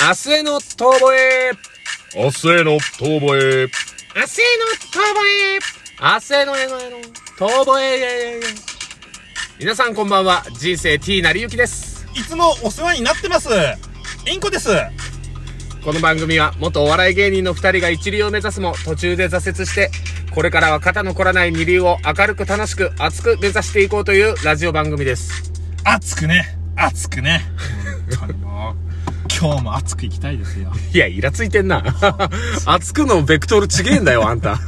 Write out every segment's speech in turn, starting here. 明日への遠吠え明日への遠吠え。明日への遠吠え明日へのへのへの遠吠え皆さんこんばんは、人生 T なりゆきです。いつもお世話になってます。インコです。この番組は元お笑い芸人の二人が一流を目指すも途中で挫折して、これからは肩の凝らない二流を明るく楽しく熱く目指していこうというラジオ番組です。暑くね。暑くね。本当にもう今日も暑く行きたいですよ。いや、イラついてんな。 熱くのベクトルちげえんだよ、あんた。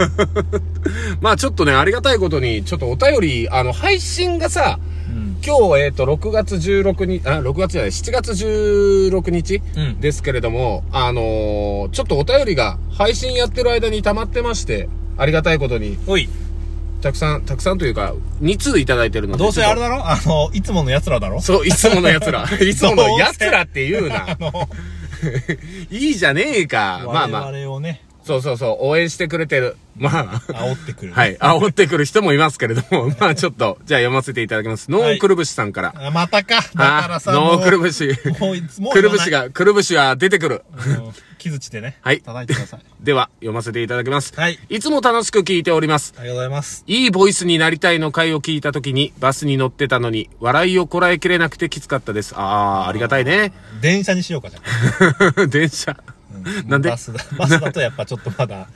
まあちょっとね、ありがたいことに、ちょっとお便り、あの、配信がさ、うん。今日、えっ、と、6月16日、あ、6月じゃない、7月16日うんですけれども、あのーちょっとお便りが配信やってる間に溜まってまして、ありがたいことに、おい、たくさん、たくさんというか、2通いただいてるので。どうせあれちょっだろあの、いつもの奴らだろとそう、いつもの奴 ら。いつもどのうせ奴らって言うな。いいじゃねえか。まあまあ。我々をね、そうそうそう、応援してくれてる。まあ。煽ってくる。はい。煽ってくる人もいますけれど も、まあちょっと、じゃあ読ませていただきます。ノーンくるぶしさんから。あ。またか。だあからさ、ノもーうくるぶし。もうい つもうくるぶし言わが、くるぶしは出てくる。ない。うん木槌でね。はい叩いてください。では、読ませていただきます。はいいつも楽しく聞いております。ありがとうございます。いいボイスになりたいの回を聞いたときに、バスに乗ってたのに、笑いをこらえきれなくてきつかったです。あー、ありがたいね。電車にしようかじゃ あ電車。うんなんでバスだ、バスだとやっぱちょっとまだ、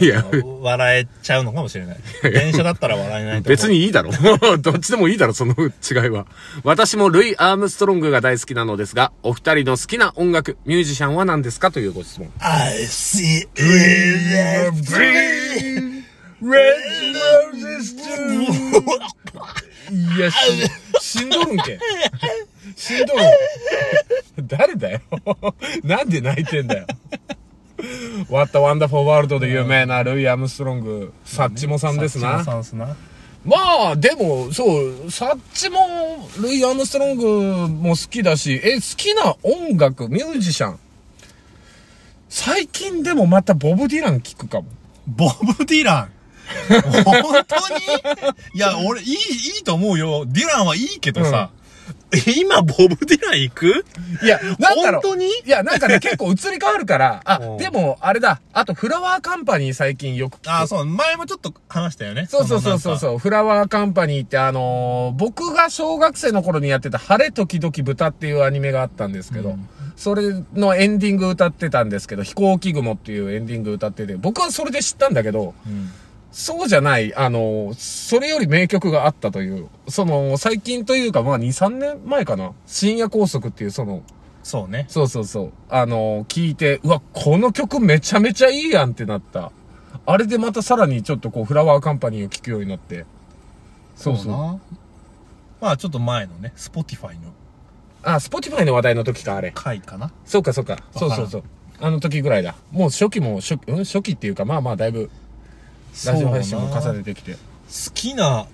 いや、笑えちゃうのかもしれない。電車だったら笑えないと思う別。にいいだろ。 どっちでもいいだろ、その違いは。私もルイ・アームストロングが大好きなのですが、お二人の好きな音楽、ミュージシャンは何ですかというご質問。 I see red roses too. いや、し、しんどるんけ。しんどるんけ。誰だよ。なんで泣いてんだよ。What a Wonderful World で有名なルイ・アームストロング、サッチモさんですサッな。チモさんすな。まあ、でも、そう、サッチも、ルイ・アームストロングも好きだし、え、好きな音楽、ミュージシャン。最近でもまたボブ・ディラン聞くかも。ボブ・デ ィラン。本当にいや、俺、いい、いいと思うよ。ディランはいいけどさ。今、ボブ・ディラン行くい や、なんだろう。本当にいや、なんかね、結構移り変わるから、あ う、んでも、あれだ、あと、フラワーカンパニー最近よく聞く。あ、そう、前もちょっと話したよね。そうそうそうそうう。そう。フラワーカンパニーってあのー僕が小学生の頃にやってた晴れ時々豚っていうアニメがあったんですけど、それのエンディング歌ってたんですけど、飛行機雲っていうエンディング歌ってて、僕はそれで知ったんだけど、うんそうじゃない、あのーそれより名曲があったという、その、最近というか、まあ2、3年前かな、深夜高速っていうその、そうね。そうそうそう。あのー聞いて、うわ、この曲めちゃめちゃいいやんってなった。あれでまたさらにちょっとこう、フラワーカンパニーを聴くようになって。そうそう。な。まあ、ちょっと前のね、スポティファイのあ、スポティファイの話題の時か、あれ。回かな。そうかそうか。らそんうそうそう。あの時ぐらいだ。もう初期も、初期、うん、初期っていうか、まあまあだいぶ、ラジオ配信も重ねてきて。好きな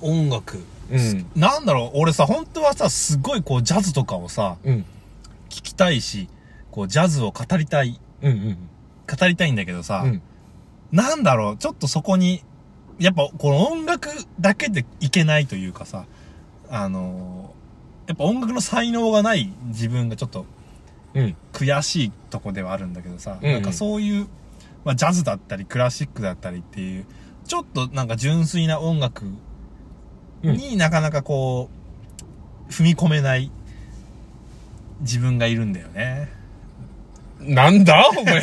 音楽、うんなんだろう俺さ本当はさすごいこうジャズとかをさうん。聞きたいしこうジャズを語りたいうんうん。語りたいんだけどさ、うん。なんだろうちょっとそこにやっぱこの音楽だけでいけないというかさあのーやっぱ音楽の才能がない自分がちょっとうん。悔しいとこではあるんだけどさ、うんうんなんかそういう、まあ、ジャズだったりクラシックだったりっていうちょっとなんか純粋な音楽になかなかこう踏み込めない自分がいるんだよねなんだお前。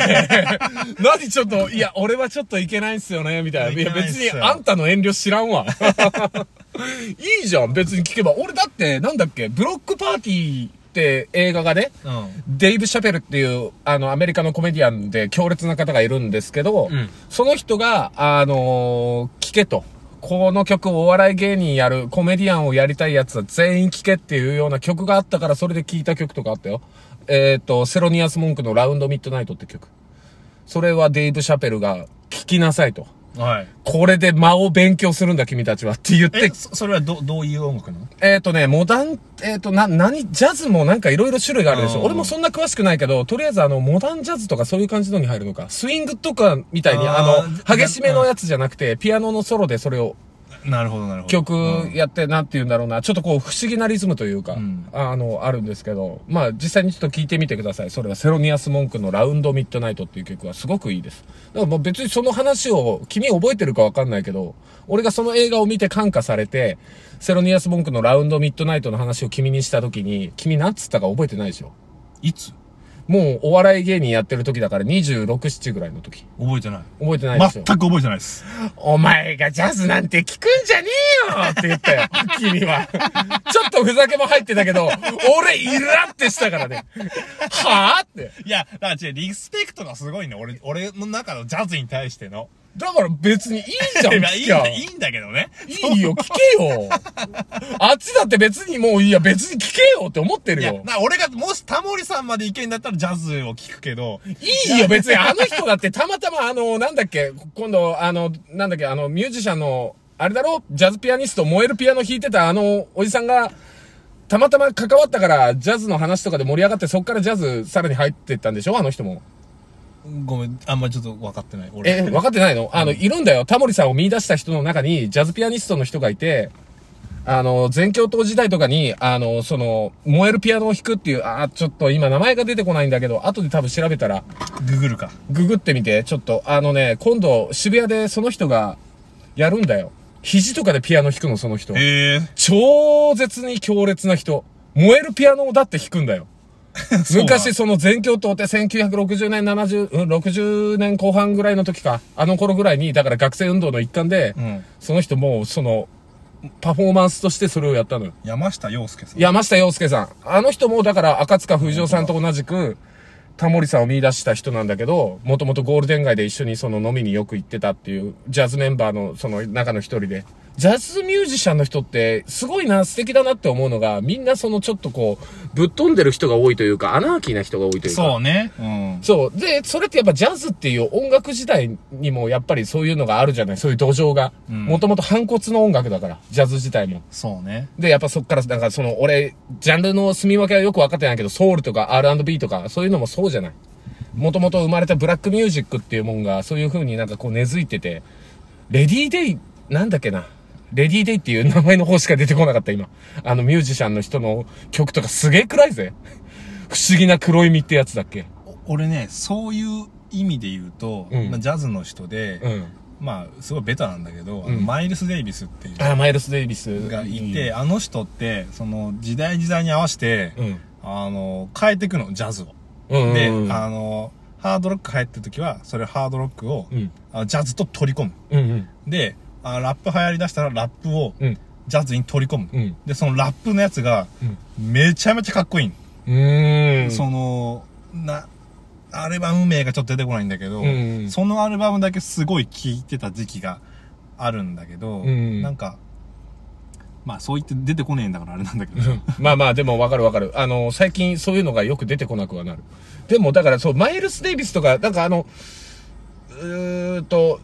何ちょっと、いや、俺はちょっといけないんすよね、みたいな。いいや、けないっ別すによあんたの遠慮知らんわ。 いいじゃん、別に聞けば。俺だって、なんだっけ、ブロックパーティーって映画がね、うんデイブ・シャペルっていう、あの、アメリカのコメディアンで強烈な方がいるんですけど、うんその人が、あのー聞けと。この曲をお笑い芸人やる、コメディアンをやりたいやつは全員聞けっていうような曲があったから、それで聞いた曲とかあったよ。えっ、と、セロニアス・モンクのラウンド・ミッドナイトって曲。それはデイブ・シャペルが聞きなさいと。はいこれで間を勉強するんだ、君たちはって言っえて、そそれはどどういう音楽なのえっ、とね、モダン、えっ、と、な、何、ジャズもなんかいろいろ種類があるでしょ。うん俺もそんな詳しくないけど、とりあえずあの、モダンジャズとかそういう感じのに入るのか。スイングとかみたいに、ああーの、激しめのやつじゃなくて、ピアノのソロでそれをなるほど、なるほど。曲うんやって、なんて言うんだろうな、ちょっとこう、不思議なリズムというか、んあの、あるんですけど、まあ、実際にちょっと聞いてみてください。それはセロニアス・モンクのラウンド・ミッドナイトっていう曲はすごくいいです。だからもう別にその話を、君覚えてるかわかんないけど、俺がその映画を見て感化されて、セロニアス・モンクのラウンド・ミッドナイトの話を君にした時に、君なんつったか覚えてないでしょいつもうお笑い芸人やってる時だから26、7ぐらいの時。覚えてない。覚えてないでし全ょく覚えてないです。お前がジャズなんて聞くんじゃねえよって言った よ。君は。ちょっとふざけも入ってたけど、俺イラってしたからね。はぁって。いや、だから違う、リスペクトがすごいね。俺、俺の中のジャズに対しての。だから別にいいじゃん、いやい聞いんきゃだ、いいんだけどね。いいよ、聞けよ。あっちだって別にもういいや、別に聞けよって思っているや、よ。な俺が、もしタモリさんまで意見だったらジャズを聞くけど、いいよ、別に。あの人だって、たまたま、あの、なんだっけ、今度、あの、なんだっけ、あの、ミュージシャンの、あれだろジャズピアニスト、燃えるピアノ弾いてた、あの、おじさんが、たまたま関わったから、ジャズの話とかで盛り上がって、そっからジャズ、さらに入ってったんでしょあの人も。ごめん、あんまりちょっと分かってない。俺。え、分かってないのあの、いるんだよ。タモリさんを見出した人の中に、ジャズピアニストの人がいて、あの、全教頭時代とかに、あの、その、燃えるピアノを弾くっていう、あー、ちょっと今名前が出てこないんだけど、後で多分調べたら、ググるか。ググってみて、ちょっと、あのね、今度、渋谷でその人が、やるんだよ。肘とかでピアノ弾くの、その人。ええ超絶に強烈な人。燃えるピアノをだって弾くんだ よ。うなん昔、その全教頭って1960年、70、うん、60年後半ぐらいの時か、あの頃ぐらいに、だから学生運動の一環で、うん。その人もう、その、パフォーマンスとしてそれをやったのよ。山下洋介さん。山下洋介さん。あの人も、だから、赤塚不二夫さんと同じく、タモリさんを見出した人なんだけど、もともとゴールデン街で一緒にその飲みによく行ってたっていう、ジャズメンバーのその中の一人で。ジャズミュージシャンの人って、すごいな、素敵だなって思うのが、みんなそのちょっとこう、ぶっ飛んでる人が多いというか、アナーキーな人が多いというか。そうね。うん。そう。で、それってやっぱジャズっていう音楽自体にもやっぱりそういうのがあるじゃないそういう土壌が。うんもともと反骨の音楽だから、ジャズ自体も。そうね。で、やっぱそっから、なんかその、俺、ジャンルの住み分けはよく分かってないけど、ソウルとか R&B とか、そういうのもそうじゃない。もともと生まれたブラックミュージックっていうもんが、そういう風になんかこう根付いてて、レディーデイ、なんだっけな。レディーデイっていう名前の方しか出てこなかった、今。あのミュージシャンの人の曲とかすげえ暗いぜ。不思議な黒い実ってやつだっけ。お俺ね、そういう意味で言うと、うんまあ、ジャズの人で、うん。まあ、すごいベタなんだけど、あのうんマイルス・デイビスっていうあ、マイルス・デイビス。がいて、あの人って、その、時代時代に合わせて、うん。あの、変えていくの、ジャズを。うん。うん。で、うん、あの、ハードロック入ってる時は、それハードロックを、うん。あジャズと取り込む。うん。で、あラップ流行り出したらラップをうん。ジャズに取り込む。うん。で、そのラップのやつが、めちゃめちゃかっこいいの、うん。その、な、アルバム名がちょっと出てこないんだけど、うんそのアルバムだけすごい聴いてた時期があるんだけど、うんなんか、まあそう言って出てこねえんだからあれなんだけど、まあまあ、でもわかるわかる。あの、最近そういうのがよく出てこなくはなる。でも、だからそう、マイルス・デイビスとか、なんかあの、うーんと、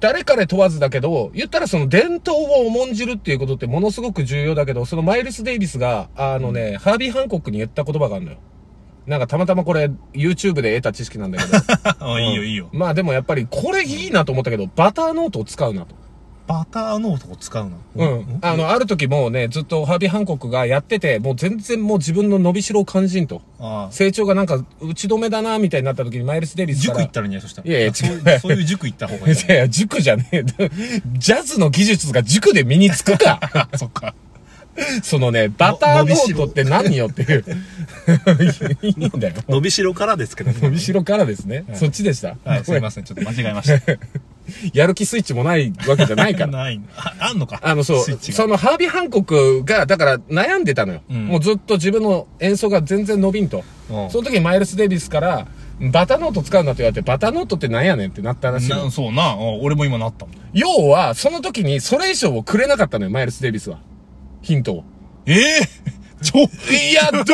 誰彼問わずだけど、言ったらその伝統を重んじるっていうことってものすごく重要だけど、そのマイルス・デイビスが、あのね、ハービー・ハンコックに言った言葉があるのよ。なんかたまたまこれ、YouTube で得た知識なんだ けど。 あいいよいいよ。まあでもやっぱり、これいいなと思ったけど、バターノートを使うなと。バターノートを使うの。うん。あの、ある時もうね、ずっとハービー・ハンコックがやってて、もう全然もう自分の伸びしろを感じんと。ああ成長がなんか、打ち止めだな、みたいになった時にマイルス・デイビスか塾ら。行ったらいいんじゃないそしたら。いやいやそう違うそういう塾行った方がいい。いやいや、塾 じゃねえ。 ジャズの技術が塾で身につくか。 そっか。そのね、バターノートって何よっていう。いいんだよ。伸びしろからですけど、伸びしろからですね。そっちでした。はい、すいません。ちょっと間違えました。やる気スイッチもないわけじゃないから。ない。あ、あんのか。あの、そう、スイッチがそのハービー・ハンコックが、だから悩んでたのよ。うんもうずっと自分の演奏が全然伸びんと。うんその時マイルス・デイビスから、バタノート使うなって言われて、バタノートってなんやねんってなったらしいのなそうな。うん俺も今なったもん。要は、その時にそれ以上をくれなかったのよ、マイルス・デイビスは。ヒントを。ええ 超、いや、どう、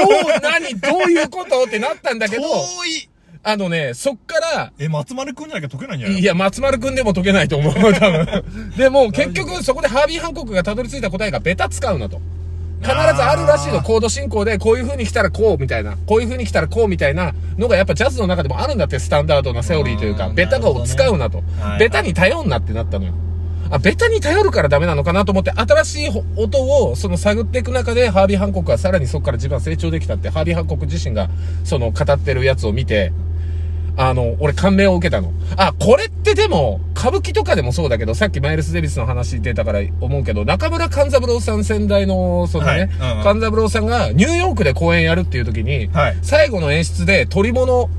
何、どういうことってなったんだけど、遠いあのね、そっから、え、松丸くんじゃなきゃ解けないんじゃないいや、松丸くんでも解けないと思う、多 分。でも、結局、そこでハービー・ハンコックがたどり着いた答えが、ベタ使うなと。必ずあるらしいの、コード進行で、こういう風に来たらこう、みたいな。こういう風に来たらこう、みたいなのが、やっぱジャズの中でもあるんだって、スタンダードなセオリーというか、あーベタ語を使うなとなるほどね。ベタに頼んなってなったのよ。あ、ベタに頼るからダメなのかなと思って、新しいほ音を、その探っていく中で、ハービー・ハンコックはさらにそこから自分は成長できたって、ハービー・ハンコック自身が、その、語ってるやつを見て、あの、俺感銘を受けたの。あ、これってでも、歌舞伎とかでもそうだけど、さっきマイルス・デビスの話出たから思うけど、中村勘三郎さん先代の、そのはいねうんうん、勘三郎さんがニューヨークで公演やるっていう時に、はい最後の演出で鳥物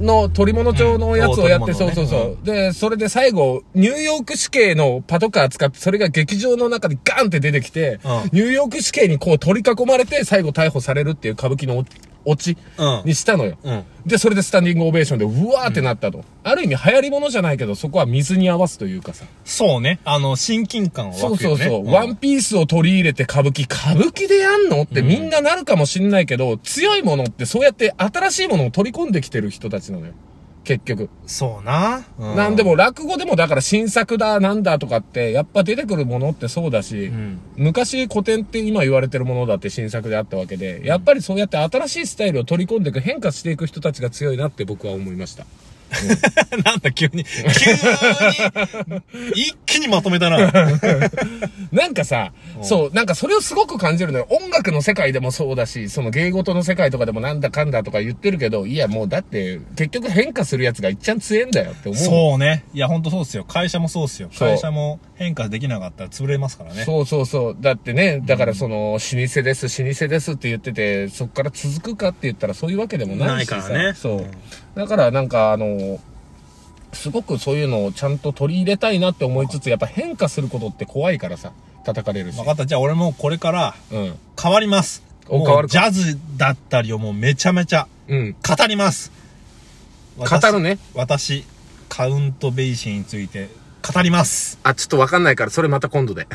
の、鳥物町のやつをやって、うんそうそうそうう。で、それで最後、ニューヨーク市警のパトカー使って、それが劇場の中でガンって出てきて、うんニューヨーク市警にこう取り囲まれて、最後逮捕されるっていう歌舞伎のオオチうんにしたのよ。うん。で、それでスタンディングオベーションで、うわーってなったと。ある意味流行り物じゃないけど、そこは水に合わすというかさ。そうね。あの、親近感はそ湧うくそようね。そう。んワンピースを取り入れて歌舞伎、歌舞伎でやんのってみんななるかもしんないけど、強いものってそうやって新しいものを取り込んできてる人たちなのよ。結局。そうな。うなん で。も落語でもだから新作だ、なんだとかって、やっぱ出てくるものってそうだし、うん。昔古典って今言われてるものだって新作であったわけで、やっぱりそうやって新しいスタイルを取り込んでいく、変化していく人たちが強いなって僕は思いました。なんだ、急に。 急に。一気にまとめ たな。なんかさ、そう、なんかそれをすごく感じるのよ。音楽の世界でもそうだし、その芸事の世界とかでもなんだかんだとか言ってるけど、いやもうだって、結局変化するやつがいっちゃん強えんだよって思う。そうね。いや、ほんとそうっすよ。会社もそうっすよ。そう会社も変化できなかったら潰れますからね。そうそうそう。だってね、だからその、老舗です、老舗ですって言ってて、そっから続くかって言ったらそういうわけでもないしさ。ないからね。そううんだからなんかあの、すごくそういうのをちゃんと取り入れたいなって思いつつ、やっぱ変化することって怖いからさ、叩かれるし分。かった。じゃあ俺もうこれからうん。変わります。おもう変わるジかャズだったりをもうめちゃめちゃうん。語ります。私語るね。私、カウントベーシーについて語ります。あ、ちょっとわかんないから、それまた今度で。